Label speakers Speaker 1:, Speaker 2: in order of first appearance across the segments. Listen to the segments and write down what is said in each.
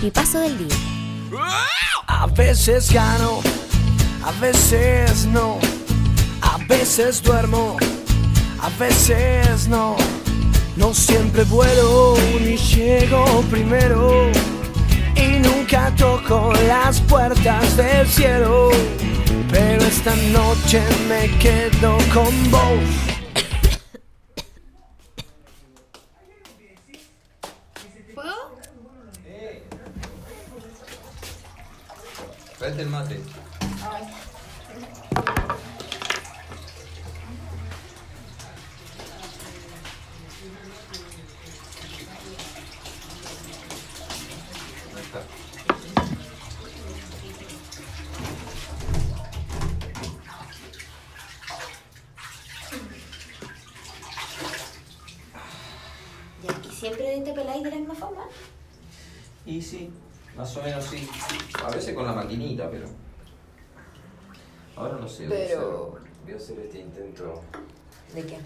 Speaker 1: Pipazo del día.
Speaker 2: A veces gano, a veces no. A veces duermo, a veces no. No siempre vuelo ni llego primero. Y nunca toco las puertas del cielo. Pero esta noche me quedo con vos.
Speaker 3: ¿Puedo?
Speaker 4: Traete el mate. Ahí está.
Speaker 3: Ya, ¿y siempre te peláis de la misma forma?
Speaker 4: Y sí, más o menos sí. A veces con la maquinita, pero. Ahora no sé. voy a
Speaker 3: Pero-
Speaker 4: hacer- Voy a hacer este intento.
Speaker 3: ¿De qué?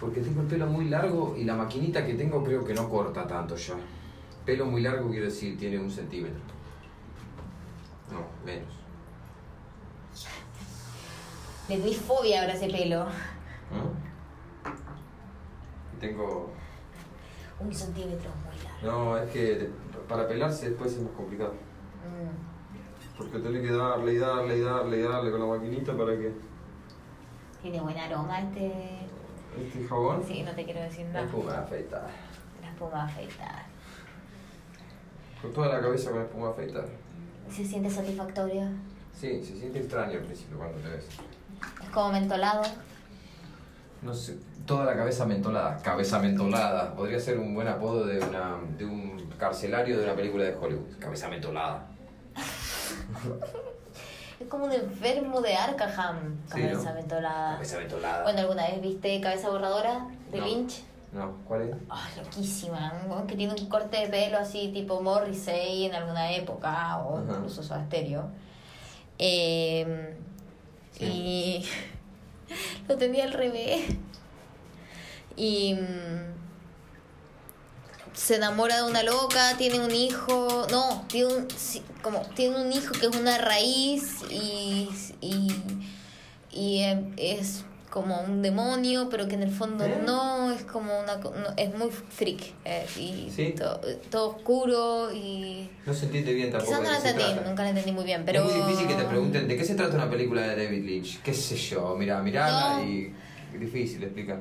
Speaker 4: Porque tengo el pelo muy largo y la maquinita que tengo creo que no corta tanto ya. Pelo muy largo quiero decir, tiene un centímetro. No, menos.
Speaker 3: Le doy fobia ahora a ese pelo.
Speaker 4: ¿Mm? Y Tengo.
Speaker 3: Un centímetro muy largo.
Speaker 4: No, es que de- para pelarse después es más complicado.
Speaker 3: Mm.
Speaker 4: Porque tenés que darle y darle y darle y darle con la maquinita para que.
Speaker 3: Tiene buen aroma este.
Speaker 4: Este jabón.
Speaker 3: Sí, no te quiero decir
Speaker 4: La
Speaker 3: nada.
Speaker 4: espuma afeitada.
Speaker 3: La espuma afeitada.
Speaker 4: Con toda la cabeza con la espuma afeitada.
Speaker 3: ¿Se siente satisfactorio?
Speaker 4: Sí, se siente extraño al principio cuando te ves.
Speaker 3: Es como mentolado.
Speaker 4: No sé, toda la cabeza mentolada. Cabeza mentolada. Podría ser un buen apodo de, una, de un carcelario de una película de Hollywood. Cabeza mentolada.
Speaker 3: Es como un enfermo de Arkham.
Speaker 4: Sí,
Speaker 3: Cabeza
Speaker 4: ¿no?
Speaker 3: mentolada.
Speaker 4: Cabeza mentolada.
Speaker 3: Bueno, ¿alguna vez viste Cabeza Borradora de
Speaker 4: No.
Speaker 3: Lynch?
Speaker 4: No, ¿cuál es?
Speaker 3: Ah, loquísima. Un weón que tiene un corte de pelo así tipo Morrissey en alguna época o
Speaker 4: Ajá.
Speaker 3: incluso Soda Stereo. Eh, Y lo tenía al revés. Y mm, se enamora de una loca, tiene un hijo, no, tiene un, sí, como, tiene un hijo que es una raíz y, y, y em- es como un demonio, pero que en el fondo
Speaker 4: ¿Eh?
Speaker 3: no, es como una... co- no, es muy freak eh, y
Speaker 4: ¿Sí?
Speaker 3: to- todo oscuro y...
Speaker 4: No se entiende bien tampoco.
Speaker 3: Quizás no
Speaker 4: de
Speaker 3: la
Speaker 4: qué se
Speaker 3: entendí,
Speaker 4: trata.
Speaker 3: nunca la entendí muy bien, pero...
Speaker 4: Es muy difícil que te pregunten de qué se trata una película de David Lynch. ¿Qué sé yo? Mirá, mirala
Speaker 3: No.
Speaker 4: y. Difícil explicar.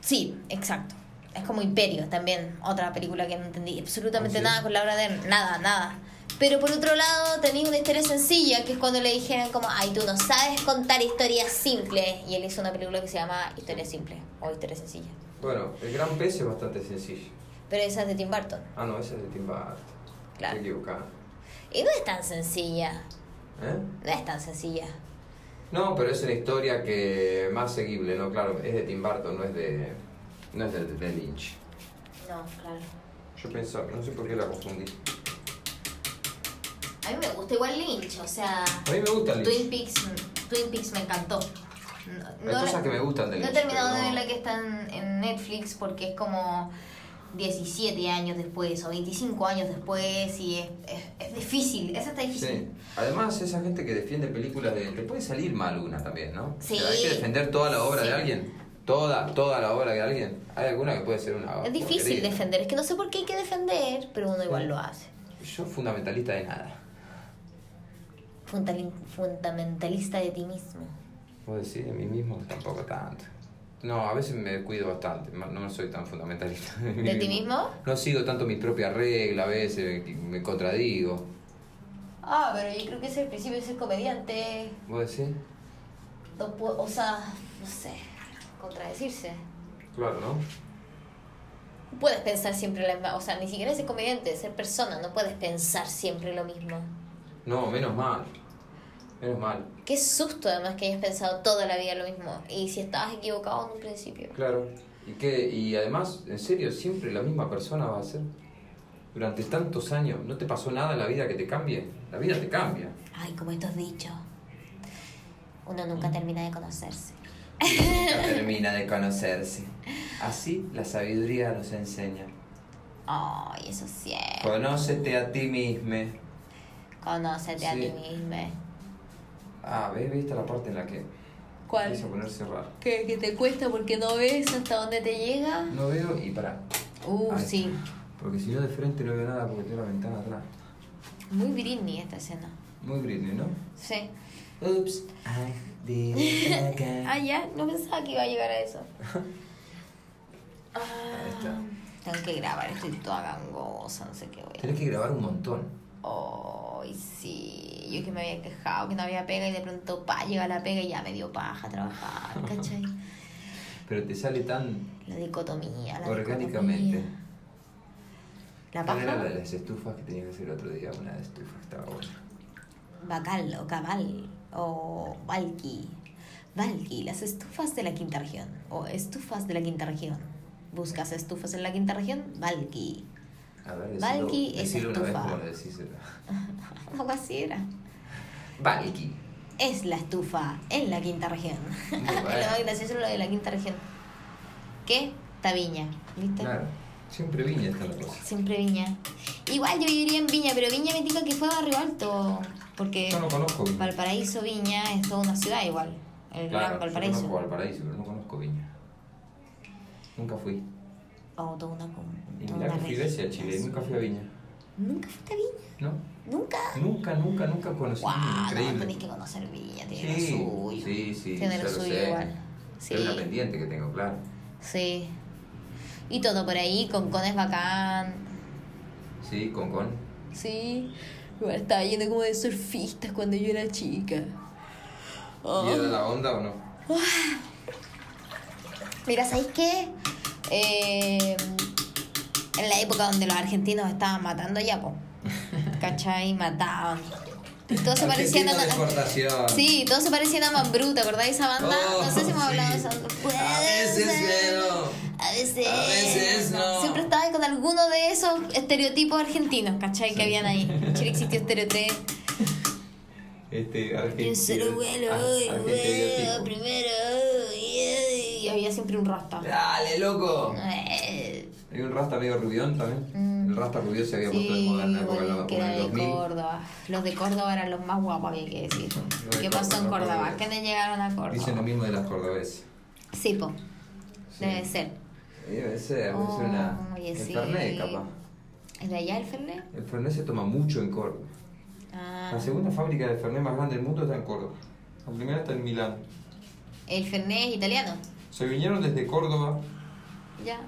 Speaker 3: Sí, exacto. Es como Imperio también, otra película que no entendí absolutamente
Speaker 4: ¿Sí?
Speaker 3: nada con la obra de él, nada, nada. Pero por otro lado, tenéis una historia sencilla, que es cuando le dijeron como, ay, tú no sabes contar historias simples. Y él hizo una película que se llama Historia Simple o Historia Sencilla.
Speaker 4: Bueno, el gran pez es bastante sencillo.
Speaker 3: Pero esa es de Tim Burton.
Speaker 4: Ah, no, ese es de Tim Burton.
Speaker 3: Claro.
Speaker 4: Me equivocaba.
Speaker 3: Y no es tan sencilla,
Speaker 4: ¿Eh?
Speaker 3: no es tan sencilla.
Speaker 4: No, pero es una historia que más seguible, ¿no? Claro, es de Tim Burton, no es de. No es de, de Lynch.
Speaker 3: No, claro.
Speaker 4: Yo pensaba, no sé por qué la confundí.
Speaker 3: A mí me gusta igual Lynch, o sea,
Speaker 4: A mí me gusta Lynch.
Speaker 3: Twin Peaks, mm, Twin Peaks me encantó. No-
Speaker 4: Hay
Speaker 3: no la-
Speaker 4: cosas que me gustan de
Speaker 3: No
Speaker 4: Lynch.
Speaker 3: he terminado
Speaker 4: pero
Speaker 3: de ver
Speaker 4: no.
Speaker 3: la que está en, en Netflix porque es como 17 años después o 25 años después y es, es, es difícil, esa está
Speaker 4: Sí.
Speaker 3: difícil.
Speaker 4: Además, esa gente que defiende películas de. Te puede salir mal una también, ¿no?
Speaker 3: Sí.
Speaker 4: Pero hay que defender toda la obra
Speaker 3: Sí.
Speaker 4: de alguien. Toda, toda la obra de alguien. Hay alguna que puede ser una.
Speaker 3: Es difícil
Speaker 4: porquería.
Speaker 3: defender, es que no sé por qué hay que defender, pero uno igual lo hace.
Speaker 4: Yo, fundamentalista de nada.
Speaker 3: Fundalin- Fundamentalista de ti mismo.
Speaker 4: Vos decís de mí mismo tampoco tanto. No, a veces me cuido bastante, ma- no soy tan fundamentalista. de mí
Speaker 3: ¿De ti mismo?
Speaker 4: No sigo tanto mis propias reglas, a veces me- me contradigo.
Speaker 3: Ah, pero yo creo que ese es el principio de ser comediante.
Speaker 4: ¿Vos decís?
Speaker 3: No pu- o sea, no sé, contradecirse.
Speaker 4: Claro, ¿no?
Speaker 3: No Puedes pensar siempre la misma, o sea, ni siquiera ser comediante, ser persona, no puedes pensar siempre lo mismo.
Speaker 4: No, menos mal. Menos mal,
Speaker 3: Qué susto además que hayas pensado toda la vida lo mismo. Y si estabas equivocado en un principio.
Speaker 4: claro. ¿Y qué? Y además, en serio, siempre la misma persona va a ser. Durante tantos años, ¿no te pasó nada en la vida que te cambie? La vida te cambia.
Speaker 3: Ay, como estos dichos. Uno nunca termina de conocerse.
Speaker 4: Nunca termina de conocerse. Así la sabiduría nos enseña.
Speaker 3: Ay, eso es cierto.
Speaker 4: Conócete a ti mismo.
Speaker 3: Conócete a
Speaker 4: Sí.
Speaker 3: ti mismo.
Speaker 4: Ah, ¿ves? ¿Viste la parte en la que empieza a
Speaker 3: ¿Cuál?
Speaker 4: ponerse raro?
Speaker 3: Que, que te cuesta porque no ves hasta dónde te llega.
Speaker 4: No veo y pará.
Speaker 3: Uh,
Speaker 4: Ay.
Speaker 3: sí.
Speaker 4: Porque si yo de frente no veo nada porque tengo la ventana atrás.
Speaker 3: Muy Britney esta escena.
Speaker 4: Muy Britney, ¿no?
Speaker 3: Sí.
Speaker 4: Ups. I did it again.
Speaker 3: Ah, ya, no pensaba que iba a llegar a eso. Ah,
Speaker 4: Ahí está.
Speaker 3: Tengo que grabar, estoy toda gangosa, no sé qué voy a
Speaker 4: Tenés que grabar un montón.
Speaker 3: Ay, sí. Yo que me había quejado que no había pega y de pronto pa, llega la pega y ya me dio paja trabajar, ¿cachai?
Speaker 4: Pero te sale tan
Speaker 3: La dicotomía, la
Speaker 4: orgánicamente.
Speaker 3: dicotomía. La
Speaker 4: ¿Cuál era
Speaker 3: paja.
Speaker 4: la de las estufas que tenía que hacer otro día? Una de estufas estaba buena.
Speaker 3: Bacal o cabal o Valky. Valky, las estufas de la quinta región o estufas de la quinta región. Buscas estufas en la quinta región, Valky.
Speaker 4: A ver, decilo,
Speaker 3: Valky es
Speaker 4: decilo una vez
Speaker 3: estufa.
Speaker 4: como lo decís.
Speaker 3: Algo así era.
Speaker 4: Valky.
Speaker 3: Es la estufa en la quinta región.
Speaker 4: Muy
Speaker 3: Lo
Speaker 4: bueno.
Speaker 3: más gracioso es lo de la quinta región. ¿Qué? Taviña, ¿viste?
Speaker 4: Claro. Siempre viña esta la cosa.
Speaker 3: Siempre Viña. Igual yo viviría en Viña, pero Viña me diga que fue Barrio Alto. Porque
Speaker 4: Yo no conozco Viña.
Speaker 3: Valparaíso, Viña es toda una ciudad igual. El
Speaker 4: Claro,
Speaker 3: Gran
Speaker 4: Yo
Speaker 3: Valparaíso.
Speaker 4: conozco Valparaíso, pero no conozco Viña. Nunca fui.
Speaker 3: O Oh, toda una, com-
Speaker 4: Y
Speaker 3: toda
Speaker 4: mirá
Speaker 3: una
Speaker 4: que fui veces a Chile,
Speaker 3: región.
Speaker 4: nunca fui a Viña.
Speaker 3: ¿Nunca fuiste a Viña?
Speaker 4: ¿No?
Speaker 3: ¿Nunca?
Speaker 4: Nunca, nunca, nunca conocí
Speaker 3: ¡Wow!
Speaker 4: Viña.
Speaker 3: No,
Speaker 4: Increíble.
Speaker 3: tenés que conocer Viña, tiene
Speaker 4: Sí,
Speaker 3: lo suyo.
Speaker 4: sí, sí,
Speaker 3: Tiene
Speaker 4: ya
Speaker 3: lo
Speaker 4: lo
Speaker 3: suyo
Speaker 4: sé.
Speaker 3: igual. Sí.
Speaker 4: Es una pendiente que tengo, claro.
Speaker 3: Sí. Y todo por ahí, con es bacán.
Speaker 4: Sí, con con.
Speaker 3: Sí. Igual estaba lleno como de surfistas cuando yo era chica.
Speaker 4: ¿Y
Speaker 3: Oh.
Speaker 4: era la onda o no?
Speaker 3: Mira, ¿sabéis qué? Eh, en la época donde los argentinos estaban matando ya, po. ¿Cachai? Mataban. Y todos se parecían a...
Speaker 4: Argentino de exportación.
Speaker 3: Sí, todos se parecían a Mambrú, ¿te acordás de esa banda? no sé si hemos
Speaker 4: Oh,
Speaker 3: hablado de
Speaker 4: sí.
Speaker 3: esa banda.
Speaker 4: A veces veo.
Speaker 3: A veces,
Speaker 4: A veces no.
Speaker 3: Siempre estaba con alguno de esos estereotipos argentinos, ¿cachai? Que habían ahí. En Chile existió estereotipo.
Speaker 4: Este,
Speaker 3: Y un ser
Speaker 4: argentino.
Speaker 3: bueno,
Speaker 4: ah,
Speaker 3: uy,
Speaker 4: argentino
Speaker 3: uy,
Speaker 4: tipo.
Speaker 3: primero, uy, uy. y había siempre un rasta.
Speaker 4: Dale, loco.
Speaker 3: Eh,
Speaker 4: Hay un rasta medio rubión también.
Speaker 3: Mm.
Speaker 4: El rasta rubio se había puesto de
Speaker 3: Sí,
Speaker 4: moda en la época de la-
Speaker 3: bueno, que
Speaker 4: como en
Speaker 3: era
Speaker 4: el
Speaker 3: de
Speaker 4: 2000.
Speaker 3: Córdoba. Los de Córdoba eran los más guapos, había que decir.
Speaker 4: de
Speaker 3: ¿Qué pasó en
Speaker 4: Córdoba,
Speaker 3: Córdoba?
Speaker 4: Córdoba.
Speaker 3: ¿Qué no llegaron a
Speaker 4: Dicen lo
Speaker 3: Córdoba?
Speaker 4: mismo de las cordobesas.
Speaker 3: Sí, po.
Speaker 4: Sí.
Speaker 3: Debe ser.
Speaker 4: Debe ser, debe ser
Speaker 3: Oh,
Speaker 4: una.
Speaker 3: oye,
Speaker 4: el
Speaker 3: sí.
Speaker 4: Fernet, capaz.
Speaker 3: ¿El de allá, el Fernet?
Speaker 4: El Fernet se toma mucho en Córdoba.
Speaker 3: Ah,
Speaker 4: La segunda fábrica de Fernet más grande del mundo está en Córdoba. La primera está en Milán.
Speaker 3: el Fernet es italiano.
Speaker 4: Se vinieron desde Córdoba,
Speaker 3: Ya,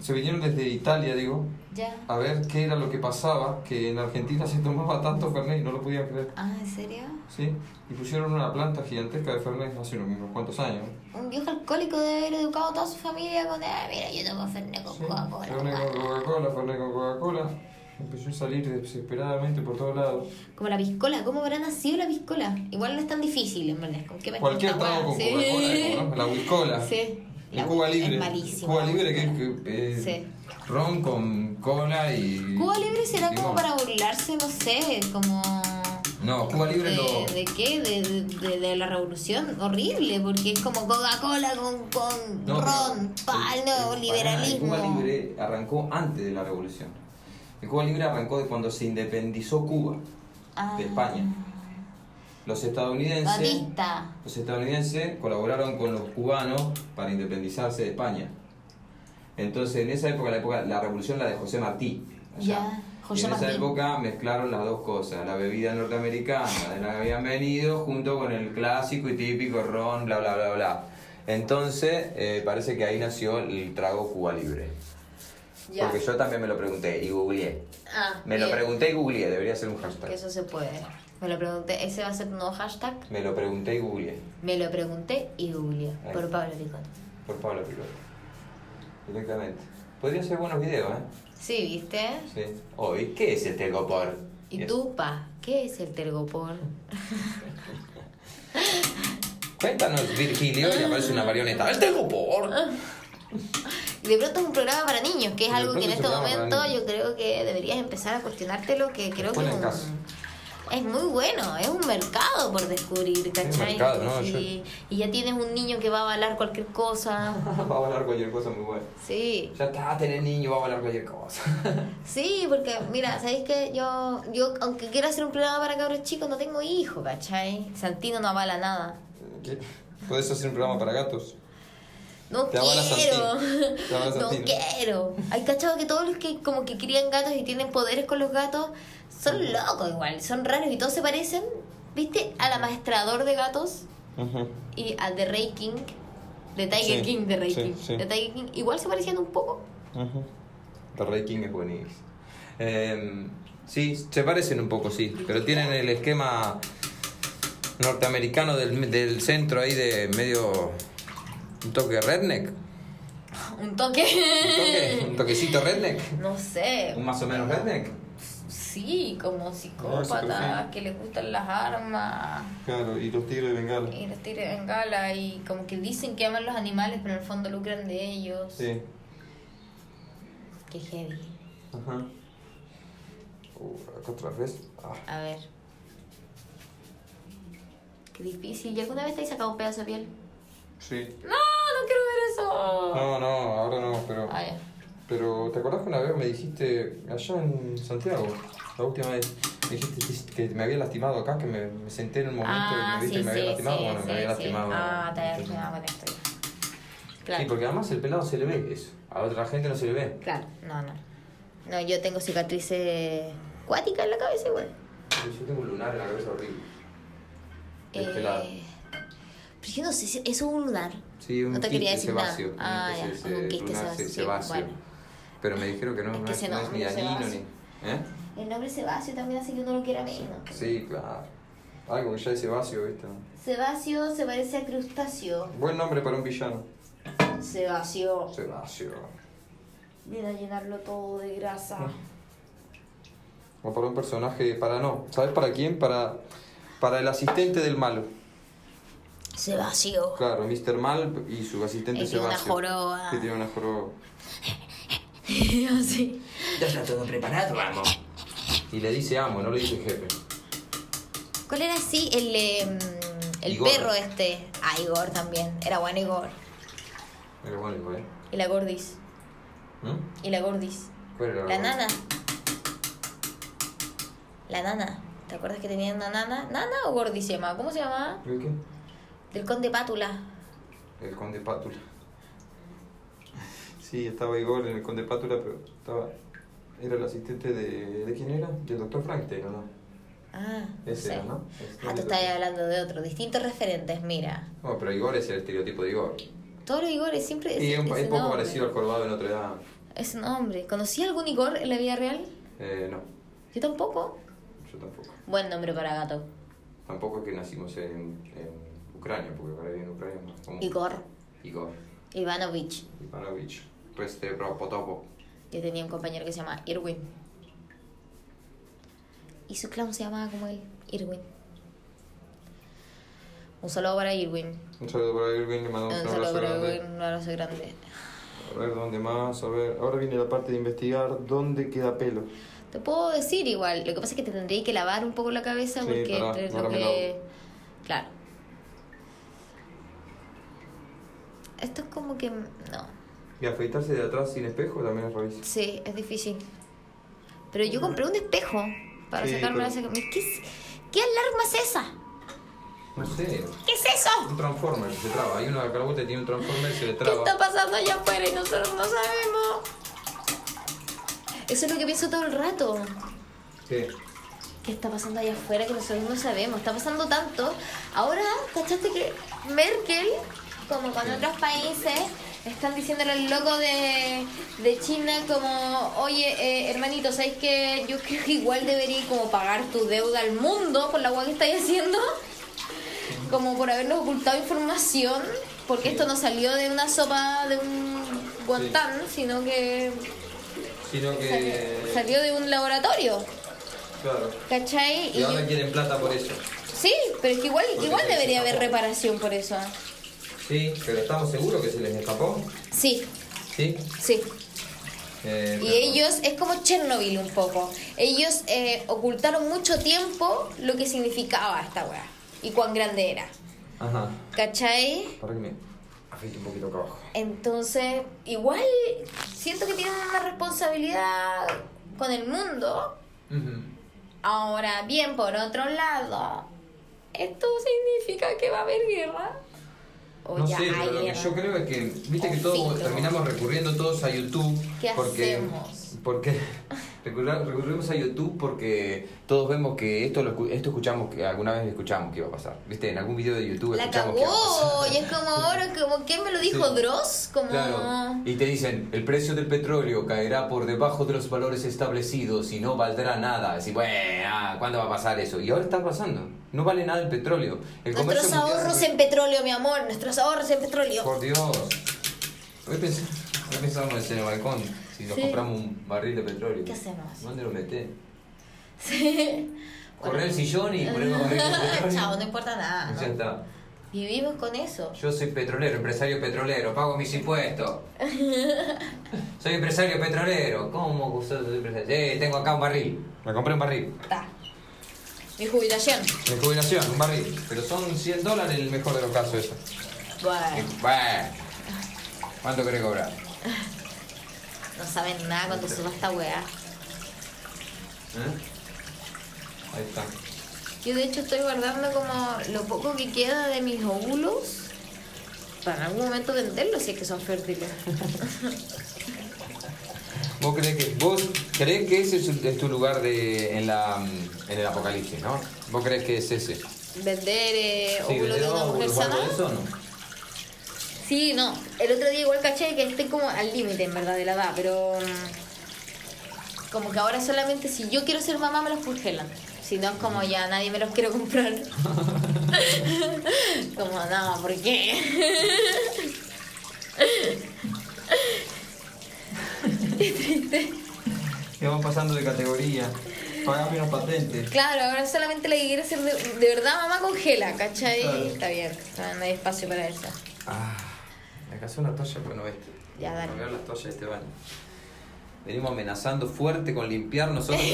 Speaker 4: se vinieron desde Italia, digo,
Speaker 3: ya.
Speaker 4: a ver qué era lo que pasaba, que en Argentina se tomaba tanto Fernet y no lo podían creer.
Speaker 3: Ah, ¿en serio?
Speaker 4: ¿Sí? Y pusieron una planta gigantesca de Fernet hace unos cuantos años.
Speaker 3: Un viejo alcohólico debe haber educado a toda su familia con, ah, mira, yo tomo Fernet con
Speaker 4: Sí, Fernet
Speaker 3: Coca-Cola.
Speaker 4: con Coca-Cola, Fernet con Coca-Cola. Empezó a salir desesperadamente por todos lados.
Speaker 3: Como la piscola, ¿cómo habrá nacido la piscola? Igual no es tan difícil, en verdad. ¿Con qué mezclan
Speaker 4: Cualquier
Speaker 3: esta
Speaker 4: trago con
Speaker 3: hueá? Pues Sí.
Speaker 4: Coca-Cola, eh, ¿no? la Wicola.
Speaker 3: Sí.
Speaker 4: La Cuba Libre.
Speaker 3: Es malísimo.
Speaker 4: Cuba
Speaker 3: la
Speaker 4: Libre que
Speaker 3: Coca-Cola.
Speaker 4: que, eh,
Speaker 3: Sí.
Speaker 4: ron con cola y.
Speaker 3: Cuba Libre será como
Speaker 4: limón.
Speaker 3: para burlarse, no sé, como...
Speaker 4: No, Cuba Libre
Speaker 3: de,
Speaker 4: no.
Speaker 3: ¿De qué? De, de, de- de la revolución. Horrible, porque es como Coca-Cola con, con
Speaker 4: No,
Speaker 3: ron,
Speaker 4: pero-
Speaker 3: pal,
Speaker 4: el-
Speaker 3: nuevo
Speaker 4: el-
Speaker 3: liberalismo.
Speaker 4: pará, El Cuba Libre arrancó antes de la revolución. El Cuba Libre arrancó de cuando se independizó Cuba
Speaker 3: Ah.
Speaker 4: de España. Los estadounidenses.
Speaker 3: Batista.
Speaker 4: Los estadounidenses colaboraron con los cubanos para independizarse de España. Entonces, en esa época, la, época, la revolución la de José Martí. allá.
Speaker 3: Ya, José
Speaker 4: y en esa
Speaker 3: Martí.
Speaker 4: época mezclaron las dos cosas, la bebida norteamericana de la que habían venido junto con el clásico y típico ron, bla, bla, bla, bla. Entonces, eh, parece que ahí nació el trago Cuba Libre.
Speaker 3: Ya.
Speaker 4: Porque yo también me lo pregunté y googleé.
Speaker 3: Ah,
Speaker 4: Me lo
Speaker 3: bien.
Speaker 4: pregunté y googleé, debería ser un
Speaker 3: Que
Speaker 4: hashtag.
Speaker 3: eso se puede. Me lo pregunté. Ese va a ser un nuevo hashtag.
Speaker 4: Me lo pregunté y googleé.
Speaker 3: Me lo pregunté y googleé.
Speaker 4: Ahí.
Speaker 3: Por Pablo Picot.
Speaker 4: Por Pablo Piloto. Directamente. Podría ser buenos videos, ¿eh?
Speaker 3: Sí, ¿viste?
Speaker 4: Sí. Hoy, ¿qué es este el telgopor?
Speaker 3: Y tú, pa, ¿qué es el tergopor?
Speaker 4: Cuéntanos, Virgilio, y aparece
Speaker 3: Ah.
Speaker 4: una marioneta. ¡El telgopor!
Speaker 3: Y de pronto es un programa para niños, que es
Speaker 4: De
Speaker 3: algo que en
Speaker 4: pronto
Speaker 3: este
Speaker 4: es un programa para
Speaker 3: momento
Speaker 4: niños.
Speaker 3: yo creo que deberías empezar a cuestionártelo, que creo que
Speaker 4: Ponen
Speaker 3: es un,
Speaker 4: caso.
Speaker 3: es muy bueno, es un mercado por descubrir, ¿cachai?
Speaker 4: mercado, ¿no?
Speaker 3: Sí, Y ya tienes un niño que va a avalar cualquier cosa.
Speaker 4: Va a volar cualquier cosa muy buena.
Speaker 3: Sí,
Speaker 4: Ya está, tener niño, va a volar cualquier cosa.
Speaker 3: sí, porque mira, ¿sabéis que yo, yo, aunque quiera hacer un programa para cabros chicos, no tengo hijo, ¿cachai? Santino no avala nada.
Speaker 4: ¿Qué? ¿Puedes hacer un programa para gatos?
Speaker 3: No
Speaker 4: Te avala
Speaker 3: quiero.
Speaker 4: Santino. Te avala
Speaker 3: No
Speaker 4: Santino.
Speaker 3: quiero. Hay cachado que todos los que como que crían gatos y tienen poderes con los gatos son locos igual, son raros y todos se parecen, ¿viste? Al amastrador de gatos y al de Ray King, de Tiger
Speaker 4: Sí,
Speaker 3: King, de Ray
Speaker 4: sí,
Speaker 3: King,
Speaker 4: sí.
Speaker 3: de Tiger King, igual se parecían un poco.
Speaker 4: The Ray King es buenísimo. Em, sí, se parecen un poco, sí, pero tienen el esquema norteamericano del, del centro ahí de medio... Un toque redneck.
Speaker 3: Un toque.
Speaker 4: Un, toque, un toquecito redneck.
Speaker 3: No sé.
Speaker 4: Un más o menos redneck.
Speaker 3: Sí, como psicópatas que les gustan las armas.
Speaker 4: Claro, y los tigres de Bengala.
Speaker 3: Y los tigres de bengala y como que dicen que aman los animales, pero en el fondo lucran de ellos.
Speaker 4: Sí.
Speaker 3: Qué heavy.
Speaker 4: Ajá. Uh, acá otra vez. Ah.
Speaker 3: A ver. Qué difícil. ¿Y alguna vez te has sacado un pedazo de piel?
Speaker 4: Sí.
Speaker 3: No, no quiero ver eso.
Speaker 4: No, no, ahora no, pero...
Speaker 3: Ah, ya.
Speaker 4: Pero, ¿te acordás que una vez me dijiste, allá en Santiago, la última vez, me dijiste que me había lastimado acá, que me, me senté en el momento
Speaker 3: Ah,
Speaker 4: y me viste
Speaker 3: sí,
Speaker 4: y este, me había
Speaker 3: sí,
Speaker 4: lastimado? bueno,
Speaker 3: sí, sí,
Speaker 4: me había
Speaker 3: sí.
Speaker 4: lastimado.
Speaker 3: Ah, te había lastimado con esto. Claro.
Speaker 4: Sí, porque además el pelado se le ve eso. A otra gente no se le ve.
Speaker 3: Claro, no, no. No, yo tengo cicatrices cuáticas en la cabeza, güey.
Speaker 4: Yo tengo un lunar en la cabeza horrible. El pelado.
Speaker 3: Eh, pero yo no sé si eso es un lunar.
Speaker 4: Sí, un
Speaker 3: no te quería
Speaker 4: quiste
Speaker 3: decir nada.
Speaker 4: sebáceo.
Speaker 3: Ah, ya,
Speaker 4: Entonces,
Speaker 3: un
Speaker 4: eh,
Speaker 3: quiste
Speaker 4: lunar se-
Speaker 3: sebáceo,
Speaker 4: sebáceo.
Speaker 3: bueno.
Speaker 4: Pero me dijeron que no,
Speaker 3: Es
Speaker 4: no
Speaker 3: que
Speaker 4: es,
Speaker 3: se
Speaker 4: no es ni
Speaker 3: nombra
Speaker 4: anino ni...
Speaker 3: sebáceo.
Speaker 4: ¿Eh?
Speaker 3: El nombre Sebasio también hace que uno lo quiera menos.
Speaker 4: Sí, claro. Algo que ya es sebáceo, ¿viste?
Speaker 3: Sebasio se parece a crustáceo.
Speaker 4: Buen nombre para un villano.
Speaker 3: Sebasio
Speaker 4: Sebáceo.
Speaker 3: viene a llenarlo todo de grasa.
Speaker 4: O para un personaje, para no. ¿Sabes para quién? Para, para el asistente del malo.
Speaker 3: Sebasio.
Speaker 4: Claro, Mr. Mal y su asistente
Speaker 3: Que tiene una
Speaker 4: Sebastio,
Speaker 3: joroba.
Speaker 4: Que tiene una joroba.
Speaker 3: Así.
Speaker 4: Ya está todo preparado, amo. Y le dice amo, no le dice jefe.
Speaker 3: ¿Cuál era así? El, eh, mm, el
Speaker 4: Igor.
Speaker 3: perro este. Ah, Igor también. Era bueno Igor.
Speaker 4: Era bueno, igual, ¿eh?
Speaker 3: Y la gordis.
Speaker 4: ¿Mm?
Speaker 3: Y la gordis.
Speaker 4: ¿Cuál era
Speaker 3: La
Speaker 4: buena?
Speaker 3: nana. La nana. ¿Te acuerdas que tenía una nana? ¿Nana o Gordi se llamaba? ¿Cómo se llamaba?
Speaker 4: ¿El qué?
Speaker 3: Del conde Pátula.
Speaker 4: El conde Pátula. Sí, estaba Igor en el conde Pátula, pero estaba... Era el asistente de... ¿De quién era? Del doctor Frankenstein, ¿o no?
Speaker 3: Ah, no
Speaker 4: Ese
Speaker 3: sé.
Speaker 4: era, ¿no? Ese era
Speaker 3: Ah, tú
Speaker 4: el
Speaker 3: estabas
Speaker 4: otro.
Speaker 3: hablando de otros. Distintos referentes, mira.
Speaker 4: No, pero Igor es el estereotipo de Igor.
Speaker 3: Todos los Igores siempre...
Speaker 4: Y es un, es
Speaker 3: ese
Speaker 4: un poco
Speaker 3: nombre.
Speaker 4: parecido al Corvado de Notre Dame.
Speaker 3: Es un hombre. ¿Conocí algún Igor en la vida real?
Speaker 4: Eh, no,
Speaker 3: Yo tampoco.
Speaker 4: yo tampoco.
Speaker 3: Buen nombre para gato.
Speaker 4: Tampoco es que nacimos en, en Ucrania, porque para vivir en Ucrania es más común.
Speaker 3: Igor
Speaker 4: Igor.
Speaker 3: Ivanovich.
Speaker 4: Ivanovich. Reste Potopo.
Speaker 3: Yo tenía un compañero que se llama Irwin. Y su clown se llamaba como él, Irwin. Un saludo para Irwin.
Speaker 4: Un saludo para Irving, le mandamos
Speaker 3: Un
Speaker 4: un
Speaker 3: saludo
Speaker 4: abrazo
Speaker 3: para
Speaker 4: grande.
Speaker 3: Irwin, un abrazo grande.
Speaker 4: A ver, ¿dónde más? A ver, ahora viene la parte de investigar dónde queda pelo.
Speaker 3: Te puedo decir igual, lo que pasa es que te tendría que lavar un poco la cabeza
Speaker 4: Sí,
Speaker 3: porque
Speaker 4: pará,
Speaker 3: entre
Speaker 4: ahora
Speaker 3: lo
Speaker 4: me
Speaker 3: que...
Speaker 4: lavo.
Speaker 3: Claro. Esto es como que... No.
Speaker 4: Y afeitarse de atrás sin espejo también es rarísimo.
Speaker 3: Sí, es difícil. Pero yo compré un espejo para
Speaker 4: Sí,
Speaker 3: sacarme la
Speaker 4: pero-
Speaker 3: saca- ¿Qué, es- ¿Qué alarma es esa?
Speaker 4: No sé,
Speaker 3: ¿Qué es eso?
Speaker 4: un transformer se traba. Hay uno acá que tiene un transformer y se le
Speaker 3: ¿Qué está
Speaker 4: traba.
Speaker 3: pasando allá afuera y nosotros no sabemos? Eso es lo que pienso todo el rato.
Speaker 4: ¿Qué?
Speaker 3: ¿Qué está pasando allá afuera que nosotros no sabemos? Está pasando tanto. Ahora, ¿cachaste que Merkel, como con otros países, están diciéndole al loco de, de China como, oye, eh, hermanito, ¿sabes que yo creo que igual debería como pagar tu deuda al mundo por la agua que estáis haciendo? Como por habernos ocultado información, porque esto no salió de una sopa de un guantán, sino que
Speaker 4: Sino
Speaker 3: salió-
Speaker 4: que.
Speaker 3: salió de un laboratorio.
Speaker 4: Claro.
Speaker 3: ¿Cachai?
Speaker 4: Y
Speaker 3: yo-
Speaker 4: ahora quieren plata por eso.
Speaker 3: Sí, pero es que igual,
Speaker 4: Porque
Speaker 3: igual
Speaker 4: se les
Speaker 3: debería
Speaker 4: escapó.
Speaker 3: haber reparación por eso. ¿ah?
Speaker 4: Sí, pero estamos seguros que se les escapó.
Speaker 3: Sí,
Speaker 4: Sí.
Speaker 3: sí.
Speaker 4: Eh,
Speaker 3: Y
Speaker 4: pero-
Speaker 3: ellos, es como Chernobyl un poco. Ellos eh, ocultaron mucho tiempo lo que significaba esta weá y cuán grande era.
Speaker 4: Ajá.
Speaker 3: ¿Cachai?
Speaker 4: Para que me afeite un poquito acá abajo.
Speaker 3: Entonces, igual siento que tienen una responsabilidad con el mundo.
Speaker 4: Ujú.
Speaker 3: Ahora bien, por otro lado, esto significa que va a haber guerra. O
Speaker 4: No
Speaker 3: ya
Speaker 4: sé,
Speaker 3: hay
Speaker 4: pero lo que
Speaker 3: guerra.
Speaker 4: yo creo es que, viste que todos
Speaker 3: Conflicto.
Speaker 4: terminamos recurriendo todos a YouTube.
Speaker 3: ¿Qué
Speaker 4: porque,
Speaker 3: hacemos?
Speaker 4: Porque recurra- recurrimos a YouTube porque todos vemos que esto lo escu- esto escuchamos, que alguna vez escuchamos que iba a pasar. Viste, en algún video de YouTube
Speaker 3: La
Speaker 4: escuchamos que iba a pasar.
Speaker 3: cagó. Y es como ahora, como ¿quién me lo dijo
Speaker 4: Sí.
Speaker 3: Dross? Como
Speaker 4: Claro, y te dicen, el precio del petróleo caerá por debajo de los valores establecidos y no valdrá nada. Así, bueno, ah, ¿cuándo va a pasar eso? Y ahora está pasando. No vale nada el petróleo. El
Speaker 3: nuestros
Speaker 4: comercio mundial-
Speaker 3: ahorros en petróleo, mi amor, nuestros ahorros en petróleo.
Speaker 4: Por Dios. Hoy pensé- hoy pensábamos en el balcón. Si nos
Speaker 3: Sí.
Speaker 4: compramos un barril de petróleo.
Speaker 3: ¿Qué hacemos?
Speaker 4: ¿Dónde lo metés?
Speaker 3: Sí.
Speaker 4: Correr el sillón y poner un barril de petróleo.
Speaker 3: Chao, no importa nada. ¿no?
Speaker 4: Ya está.
Speaker 3: Vivimos con eso.
Speaker 4: Yo soy petrolero, empresario petrolero, pago mis impuestos. soy empresario petrolero. ¿Cómo gustó soy empresario? Eh, tengo acá un barril. Me compré un barril.
Speaker 3: Está. Mi jubilación.
Speaker 4: De jubilación, un barril. Pero son 100 dólares en el mejor de los casos eso. Eh,
Speaker 3: Bueno,
Speaker 4: bah. ¿Cuánto querés cobrar?
Speaker 3: no saben nada cuando suba esta weá.
Speaker 4: ¿Eh? Ahí está.
Speaker 3: Yo de hecho estoy guardando como lo poco que queda de mis óvulos para en algún momento venderlos si es que son fértiles.
Speaker 4: ¿Vos crees que, vos crees que ese es, tu- es tu lugar de, en, la, mm, en el apocalipsis, no? ¿Vos crees que es ese?
Speaker 3: Vender eh, óvulos
Speaker 4: ¿vender
Speaker 3: de una mujer
Speaker 4: óvulos o
Speaker 3: sana.
Speaker 4: algo de eso o no?
Speaker 3: Sí, no. El otro día igual caché que estoy como al límite, en verdad, de la edad, pero... mm, Como que ahora solamente si yo quiero ser mamá me los congelan. Si no es como ya nadie me los quiero comprar. como, no, ¿por qué?
Speaker 4: Que van pasando de categoría. Pagame los patentes.
Speaker 3: Claro, ahora solamente la que quiere ser de, de verdad mamá congela, ¿cachai?
Speaker 4: Claro.
Speaker 3: Está bien, no, no hay espacio para eso.
Speaker 4: Ah, me alcanzó una toalla, pero no este.
Speaker 3: Ya, dale.
Speaker 4: Colgar las toallas de este baño. Venimos amenazando fuerte con limpiar nosotros.
Speaker 3: a la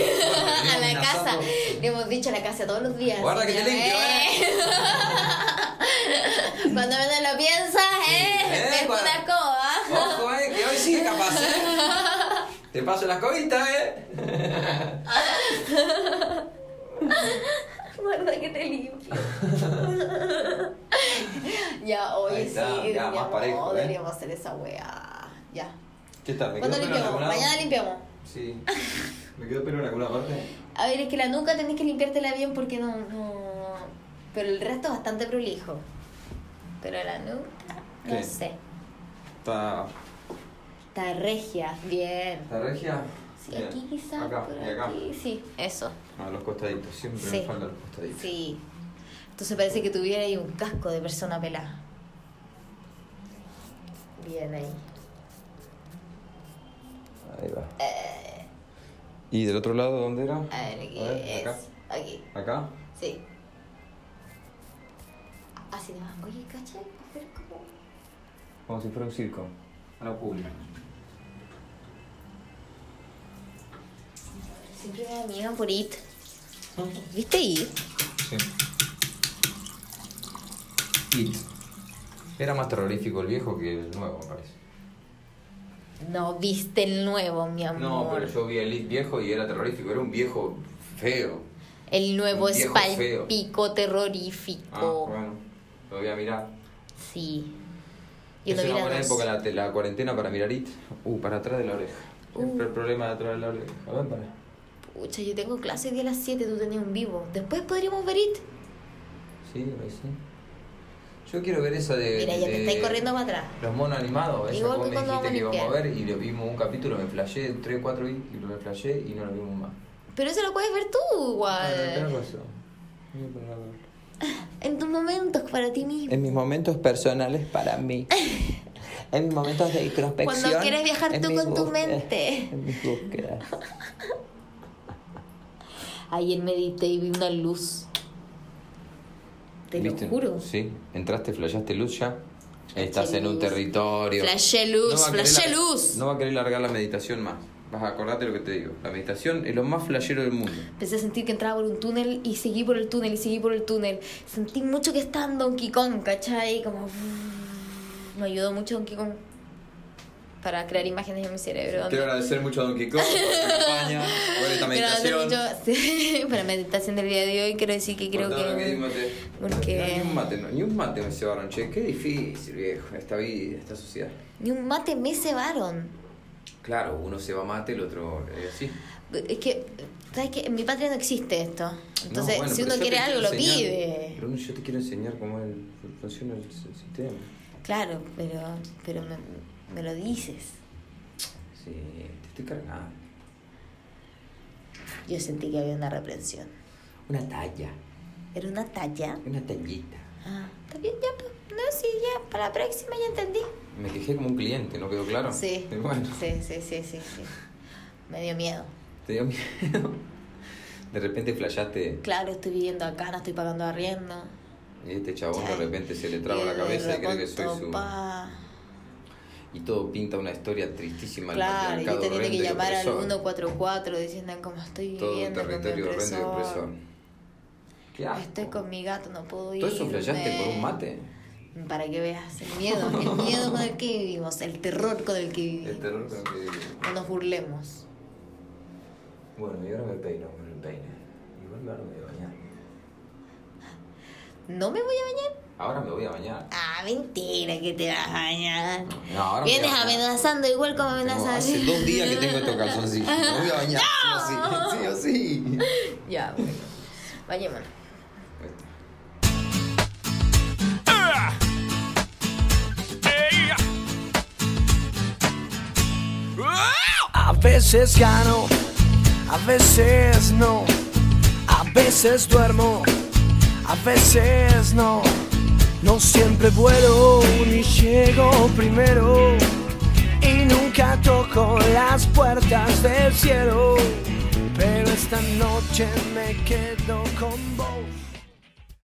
Speaker 4: Venimos
Speaker 3: casa,
Speaker 4: amenazando-
Speaker 3: le hemos dicho a la casa todos los días.
Speaker 4: Guarda que te
Speaker 3: señora,
Speaker 4: limpio, eh.
Speaker 3: ¿eh? Cuando menos lo piensas, ¿eh?
Speaker 4: ¿eh?
Speaker 3: Es
Speaker 4: Cuando-
Speaker 3: una coba.
Speaker 4: Ojo, eh, que hoy sí es capaz, eh. Te paso las cobitas, eh.
Speaker 3: Guarda que te limpio. ya, hoy
Speaker 4: Ahí está,
Speaker 3: sí,
Speaker 4: ya,
Speaker 3: deberíamos,
Speaker 4: más parejo, ¿eh?
Speaker 3: deberíamos hacer esa weá. Ya.
Speaker 4: ¿Qué tal? ¿Me
Speaker 3: ¿Cuándo
Speaker 4: quedó pelo en
Speaker 3: limpiamos?
Speaker 4: algún lado?
Speaker 3: Mañana limpiamos.
Speaker 4: Sí. ¿Me quedó pelo en alguna parte?
Speaker 3: A ver, es que la nuca tenés que limpiártela bien porque no. no... Pero el resto es bastante prolijo. Pero la nuca, no
Speaker 4: ¿Qué?
Speaker 3: sé.
Speaker 4: Está.
Speaker 3: Está regia, bien.
Speaker 4: ¿Está regia?
Speaker 3: Sí,
Speaker 4: Bien.
Speaker 3: aquí quizás.
Speaker 4: Acá,
Speaker 3: por
Speaker 4: y acá.
Speaker 3: aquí, Sí, eso.
Speaker 4: A los costaditos, siempre
Speaker 3: Sí.
Speaker 4: me faltan los costaditos.
Speaker 3: Sí. Entonces parece que tuviera ahí un casco de persona pelada. Bien ahí.
Speaker 4: Ahí va. ¿Y del otro lado dónde era?
Speaker 3: Eh. A ver, aquí
Speaker 4: A ver, acá.
Speaker 3: es. Aquí.
Speaker 4: ¿Acá?
Speaker 3: Sí. Así de más. Oye, ¿cachai? A ver cómo.
Speaker 4: Como si fuera un circo. A la pública.
Speaker 3: Siempre me da miedo por IT. ¿Viste IT?
Speaker 4: Sí. It. Era más terrorífico el viejo que el nuevo, me parece.
Speaker 3: No viste el nuevo, mi amor.
Speaker 4: No, pero yo vi el It viejo y era terrorífico. Era un viejo feo.
Speaker 3: El nuevo
Speaker 4: Un
Speaker 3: es
Speaker 4: viejo feo.
Speaker 3: palpico
Speaker 4: Ah,
Speaker 3: terrorífico.
Speaker 4: bueno. Lo voy a mirar.
Speaker 3: Sí. Yo
Speaker 4: Es
Speaker 3: no vi
Speaker 4: una
Speaker 3: la
Speaker 4: buena
Speaker 3: dos.
Speaker 4: época la, te- la cuarentena para mirar It. Uh, para atrás de la oreja.
Speaker 3: Uh.
Speaker 4: El problema de atrás de la oreja. A ver, para.
Speaker 3: Pucha, yo tengo clase hoy día a las 7, tú tenías un vivo. Después podríamos ver IT.
Speaker 4: Sí, ahí sí. Yo quiero ver esa de.
Speaker 3: Mira, ya
Speaker 4: de-
Speaker 3: te estáis corriendo para atrás.
Speaker 4: Los monos animados, esa
Speaker 3: Igual
Speaker 4: que vos
Speaker 3: que
Speaker 4: me
Speaker 3: cuando
Speaker 4: dijiste que
Speaker 3: vamos a
Speaker 4: íbamos a ver y lo vimos un capítulo, me flashé 3, 4 y y lo flashé y no lo vimos más.
Speaker 3: Pero eso lo puedes ver tú
Speaker 4: Ah,
Speaker 3: igual. En tus momentos para ti mismo.
Speaker 4: En mis momentos personales para mí. En mis momentos de introspección.
Speaker 3: Cuando quieres viajar
Speaker 4: en
Speaker 3: tú
Speaker 4: mis
Speaker 3: con tu
Speaker 4: búsquedas-
Speaker 3: mente.
Speaker 4: En mis búsquedas.
Speaker 3: Ayer medité y vi una luz. Te
Speaker 4: ¿Viste?
Speaker 3: lo juro.
Speaker 4: Sí, entraste, flashaste luz ya. Estás en un
Speaker 3: luz.
Speaker 4: territorio.
Speaker 3: Flashé luz,
Speaker 4: va a querer
Speaker 3: flashé
Speaker 4: la-
Speaker 3: luz.
Speaker 4: No va a querer largar la meditación más. Vas a acordarte lo que te digo. La meditación es lo más flashero del mundo.
Speaker 3: Empecé a sentir que entraba por un túnel y seguí por el túnel y seguí por el túnel. Sentí mucho que estaba en Donkey Kong, ¿cachai? Como. Me ayudó mucho Donkey Kong para crear imágenes en mi cerebro.
Speaker 4: Quiero agradecer mucho a Don Quijote por tu compañía, por esta meditación.
Speaker 3: Gracias mucho. Sí, para la meditación del día de hoy, quiero decir que
Speaker 4: por
Speaker 3: creo
Speaker 4: todo lo que dimos,
Speaker 3: que.
Speaker 4: te-
Speaker 3: porque-
Speaker 4: No, ni un mate, no, ni un mate me llevaron, che. Qué difícil, viejo, esta vida, esta sociedad.
Speaker 3: Ni un mate me cebaron.
Speaker 4: Claro, uno se va a mate, el otro eh, sí.
Speaker 3: Es que. ¿Sabes qué? En mi patria no existe esto. Entonces,
Speaker 4: No, bueno,
Speaker 3: si
Speaker 4: pero yo te
Speaker 3: uno quiere
Speaker 4: quiero
Speaker 3: algo, lo
Speaker 4: enseñar-
Speaker 3: pide.
Speaker 4: Pero no, yo te quiero enseñar cómo es el- funciona el, el sistema.
Speaker 3: Claro, pero, pero me, me lo dices.
Speaker 4: Sí, te estoy cargando.
Speaker 3: Yo sentí que había una reprensión.
Speaker 4: Una talla,
Speaker 3: Era una talla.
Speaker 4: una tallita.
Speaker 3: Ah, está bien, ya. pa- No, sí, ya. Para la próxima ya entendí.
Speaker 4: Me quejé como un cliente, ¿no quedó claro?
Speaker 3: Sí.
Speaker 4: Y bueno,
Speaker 3: Sí, sí, sí, sí, sí. Me dio miedo.
Speaker 4: te dio miedo. De repente flashaste
Speaker 3: Claro, estoy viviendo acá, no estoy pagando arriendo.
Speaker 4: y este chabón de
Speaker 3: Ay.
Speaker 4: repente se le traba
Speaker 3: Y
Speaker 4: la
Speaker 3: de
Speaker 4: cabeza y cree que soy
Speaker 3: pronto,
Speaker 4: su...
Speaker 3: pa.
Speaker 4: Y todo pinta una historia tristísima del
Speaker 3: Claro, yo
Speaker 4: patriarcado
Speaker 3: teniendo que
Speaker 4: horrendo y
Speaker 3: llamar al
Speaker 4: opresor.
Speaker 3: 144 diciendo cómo estoy
Speaker 4: Todo un
Speaker 3: viviendo con mi
Speaker 4: territorio horrendo y
Speaker 3: opresor.
Speaker 4: opresor. Qué asco.
Speaker 3: Estoy con mi gato, no puedo ir.
Speaker 4: ¿Todo eso flashaste por un mate?
Speaker 3: Para que veas el miedo, el miedo con el que vivimos, el terror con el que vivimos.
Speaker 4: El terror con el Este que...
Speaker 3: No nos burlemos.
Speaker 4: Bueno, y ahora me peino con el peine. Igual me voy a bañar.
Speaker 3: ¿No me voy a bañar?
Speaker 4: Ahora me voy a bañar.
Speaker 3: Ah, mentira que te vas a bañar.
Speaker 4: No, ahora me voy
Speaker 3: Vienes
Speaker 4: a bañar.
Speaker 3: amenazando igual como
Speaker 4: Tengo-
Speaker 3: amenazas.
Speaker 4: hace dos días que tengo estos calzoncillos. Me voy a bañar. sí o Sí, sí o sí.
Speaker 3: ya, bueno. Bañémonos.
Speaker 2: A veces gano, a veces no, a veces duermo, a veces no. No siempre vuelo ni llego primero y nunca toco las puertas del cielo. Pero esta noche me quedo con vos.